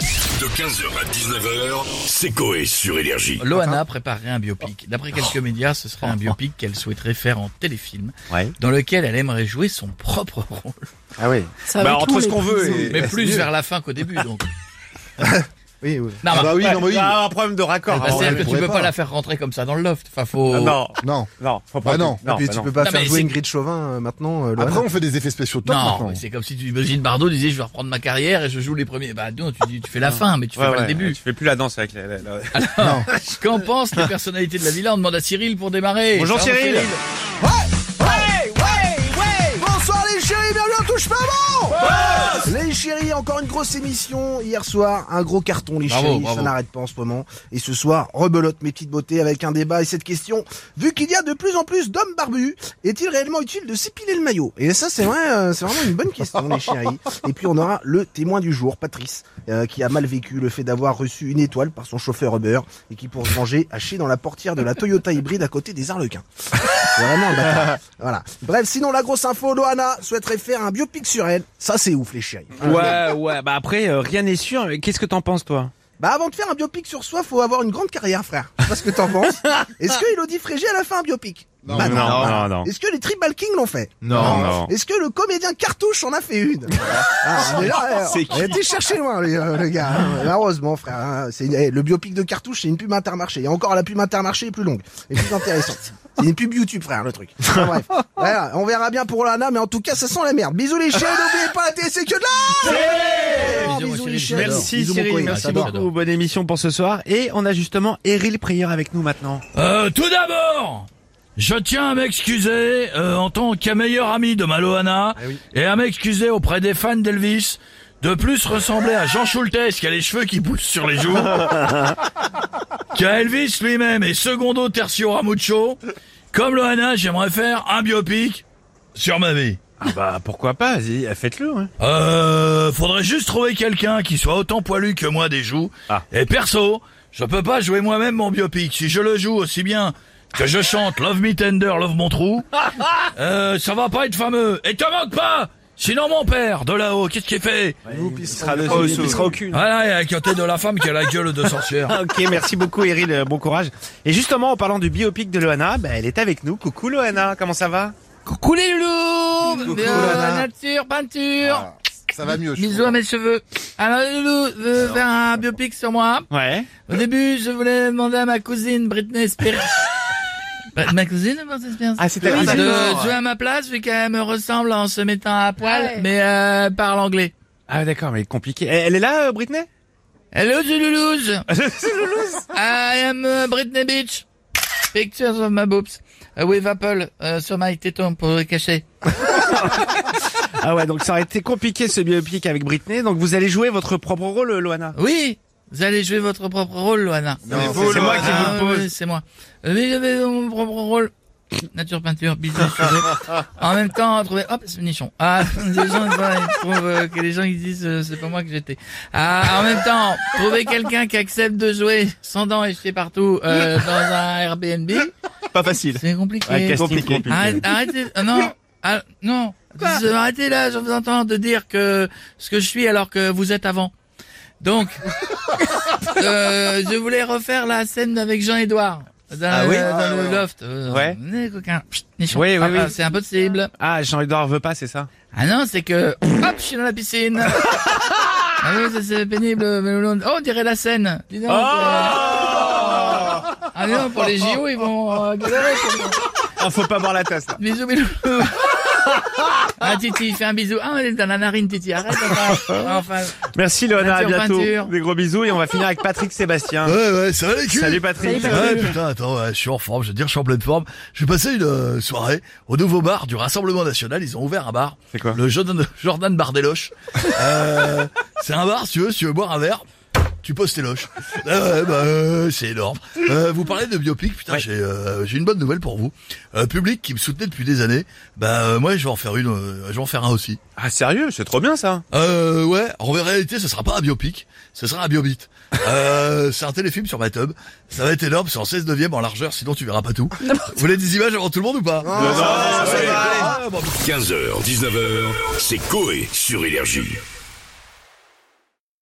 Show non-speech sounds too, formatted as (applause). De 15h à 19h, c'est Coé sur Énergie. Loana préparerait un biopic. D'après quelques médias, ce serait un biopic qu'elle souhaiterait faire en téléfilm, Ouais. dans lequel elle aimerait jouer son propre rôle. Ah oui. Ça Bah, va entre tous ce les qu'on veut prisons. et. Mais plus vers la fin qu'au début, donc. Oui, oui. Non, Ah bah oui, non, mais oui. Ah, un problème de raccord. Bah, Ah, hein. on C'est-à-dire ne que tu pourrait peux pas. pas la faire rentrer comme ça dans le loft. Enfin, faut. Ah, non, Non. non, faut pas. Bah non. non, et puis bah tu non. Ah peux pas Non, faire mais jouer c'est- Ingrid Chauvin euh, maintenant. euh, Loana. Après, on fait des effets spéciaux top Non, maintenant. mais c'est comme si tu imagines Bardot disait je vais reprendre ma carrière et je joue les premiers. Bah non, tu dis tu fais la fin, mais tu fais Ouais, pas le ouais, (laughs) début. Tu fais plus la danse avec la. la- la- Qu'en pensent les personnalités de la villa On demande à Cyril pour démarrer. Bonjour, Ça va, Cyril. Bonsoir les chéris, bienvenue on Touche pas bon Les chéris, encore une grosse émission hier soir, un gros carton les Bravo, chéris, bravo. ça n'arrête pas en ce moment. Et ce soir, rebelote mes petites beautés avec un débat et cette question, vu qu'il y a de plus en plus d'hommes barbus, est-il réellement utile de s'épiler le maillot Et ça c'est vrai, euh, c'est vraiment une bonne question les chéris. Et puis on aura le témoin du jour, Patrice, euh, qui a mal vécu le fait d'avoir reçu une étoile par son chauffeur Uber et qui pour se venger a chié dans la portière de la Toyota hybride à côté des Arlequins. C'est Vraiment, un bâtard. voilà. Bref, sinon la grosse info, Loana souhaiterait faire un biopic sur elle. Ça c'est ouf les chéris. Ouais, ouais, bah après, euh, rien n'est sûr. mais Qu'est-ce que t'en penses, toi Bah avant de faire un biopic sur soi, faut avoir une grande carrière, frère. Je sais pas ce que t'en penses. Est-ce que Elodie Frégé elle a fait un biopic Non, Bah non, non, non. Est-ce que les Tribal King l'ont fait Non, non. Est-ce que le comédien Cartouche en a fait (laughs) une ah, on est là, euh, on a été chercher loin, les, euh, le gars. hein. Malheureusement, frère. hein. C'est, eh, le biopic de Cartouche, c'est une pub Intermarché. Et encore, la pub Intermarché est plus longue et (laughs) plus intéressante. C'est une pub YouTube, frère, le truc. Enfin, bref. Voilà, on verra bien pour Lana, mais en tout cas, ça sent la merde. Bisous les chiens, n'oubliez pas la télé, c'est que de la Bisous, mon Cyril. chiens. Merci, Bisous, mon Cyril, coin. merci j'adore. beaucoup. Bonne émission pour ce soir. Et on a justement Eril Prieur avec nous maintenant. Euh, tout d'abord, je tiens à m'excuser euh, en tant que meilleur ami de Maloana et à m'excuser auprès des fans d'Elvis de plus ressembler à Jean Schultes qui a les cheveux qui poussent sur les joues qu'à Elvis lui-même et secondo tertio Ramucho. Comme Loana, j'aimerais faire un biopic sur ma vie. Ah bah pourquoi pas, vas-y, faites-le. hein. Euh, faudrait juste trouver quelqu'un qui soit autant poilu que moi des joues. Ah. Et perso, je peux pas jouer moi-même mon biopic. Si je le joue aussi bien que je chante (laughs) Love Me Tender, Love Mon Trou, euh, ça va pas être fameux. Et te manque pas Sinon mon père, de là-haut, qu'est-ce qu'il fait Il sera dessus, il sera aucune. Voilà, il est à côté de la femme qui a la gueule de sorcière. Ah, ok, merci beaucoup, Eril. euh, Bon courage. Et justement, en parlant du biopic de Loana, bah, elle est avec nous. Coucou, Loana. Comment ça va (laughs) Coucou les loulous Coucou, Lana. Nature, peinture Ah, ça va mieux. je Bisous crois. à mes cheveux. Alors, les loulous, je veux faire un biopic sur moi. Ouais. Au début, je voulais demander à ma cousine Britney (laughs) Spears. Bah, ma cousine Britney Spears. Ah, c'est ta Oui, cousine. de jouer à ma place vu qu'elle me ressemble en se mettant à poil, Ah ouais. mais euh, elle parle anglais. Ah, d'accord, mais compliqué. Elle elle est là, euh, Britney (laughs) Hello, the Loulouse. I am uh, Britney Beach. Pictures of my boobs uh, with apple uh, sur my téton pour le cacher. Ah ouais, donc ça aurait été compliqué ce biopic avec Britney. Donc vous allez jouer votre propre rôle, euh, Loana. Oui, vous allez jouer votre propre rôle, Loana. Non, Mais c'est- vous, c'est- le- moi qui Ah, oui, oui, c'est moi. Euh, Oui, j'avais mon propre rôle. Nature, peinture, (laughs) business, sujet. En même temps, trouver, hop, c'est nichon. Ah, (laughs) les gens, ils, voilà, ils trouvent, euh, que les gens, ils disent, euh, c'est pas moi que j'étais. Ah, en même temps, trouver quelqu'un qui accepte de jouer sans dents et chier partout, (laughs) euh, dans un Airbnb, Pas facile. c'est compliqué. Ah, compliqué. Arrête- Arrêtez, euh, non, ah, non. Vous- euh, Arrêtez là, je vous entends de dire que ce que je suis alors que vous êtes avant. Donc, euh, je voulais refaire la scène avec Jean-Édouard. Dans, Ah oui le- dans Ah le ouais. loft. Euh, Ouais. venez, coquin. Pchit, nichon. Oui, oui, Ah, oui. ah, C'est impossible. Ah, Jean-Edouard veut pas, c'est ça Ah non, c'est que, hop, je suis dans la (laughs) piscine. ah oui, ça, c'est pénible. mais le long- Oh, on dirait la scène. Dis Oh donc, euh, Ah non, pour (laughs) les JO, ils vont euh, galérer. Oh, faut pas boire la tasse, là. Bisous, bisous. (laughs) ah, Titi, fais un bisou. Ah, elle est dans la narine, Titi. Arrête, (laughs) enfin. enfin. Merci, Loana. À Peinture, bientôt. peinture. Des gros bisous. Et on va finir avec Patrick Sébastien. Ouais, ouais, ça va les culs Salut, Patrick. Salut, Ouais, putain, attends, ouais, je suis en forme, je veux dire, je suis en pleine forme. Je suis passé une euh, soirée au nouveau bar du Rassemblement National, ils ont ouvert un bar. C'est quoi Le Jordan, (laughs) Jordan Bardeloche. Euh, c'est un bar, si tu veux, si tu veux boire un verre, tu poses tes loches. Euh, ouais, bah, euh, c'est énorme. Euh, vous parlez de biopic, putain, j'ai euh, j'ai une bonne nouvelle pour vous. Euh, public qui me soutenait depuis des années, bah euh, moi je vais en faire une, euh, je vais en faire un aussi. Ah sérieux, c'est trop bien ça. Euh, ouais, en réalité, ce sera pas un biopic, ce sera un biobit. Euh, c'est un téléfilm sur ma tub. Ça va être énorme, c'est en 16 neuvième en largeur, sinon tu verras pas tout. Vous voulez des images avant tout le monde ou pas 15h, 19h, c'est Coé sur Énergie.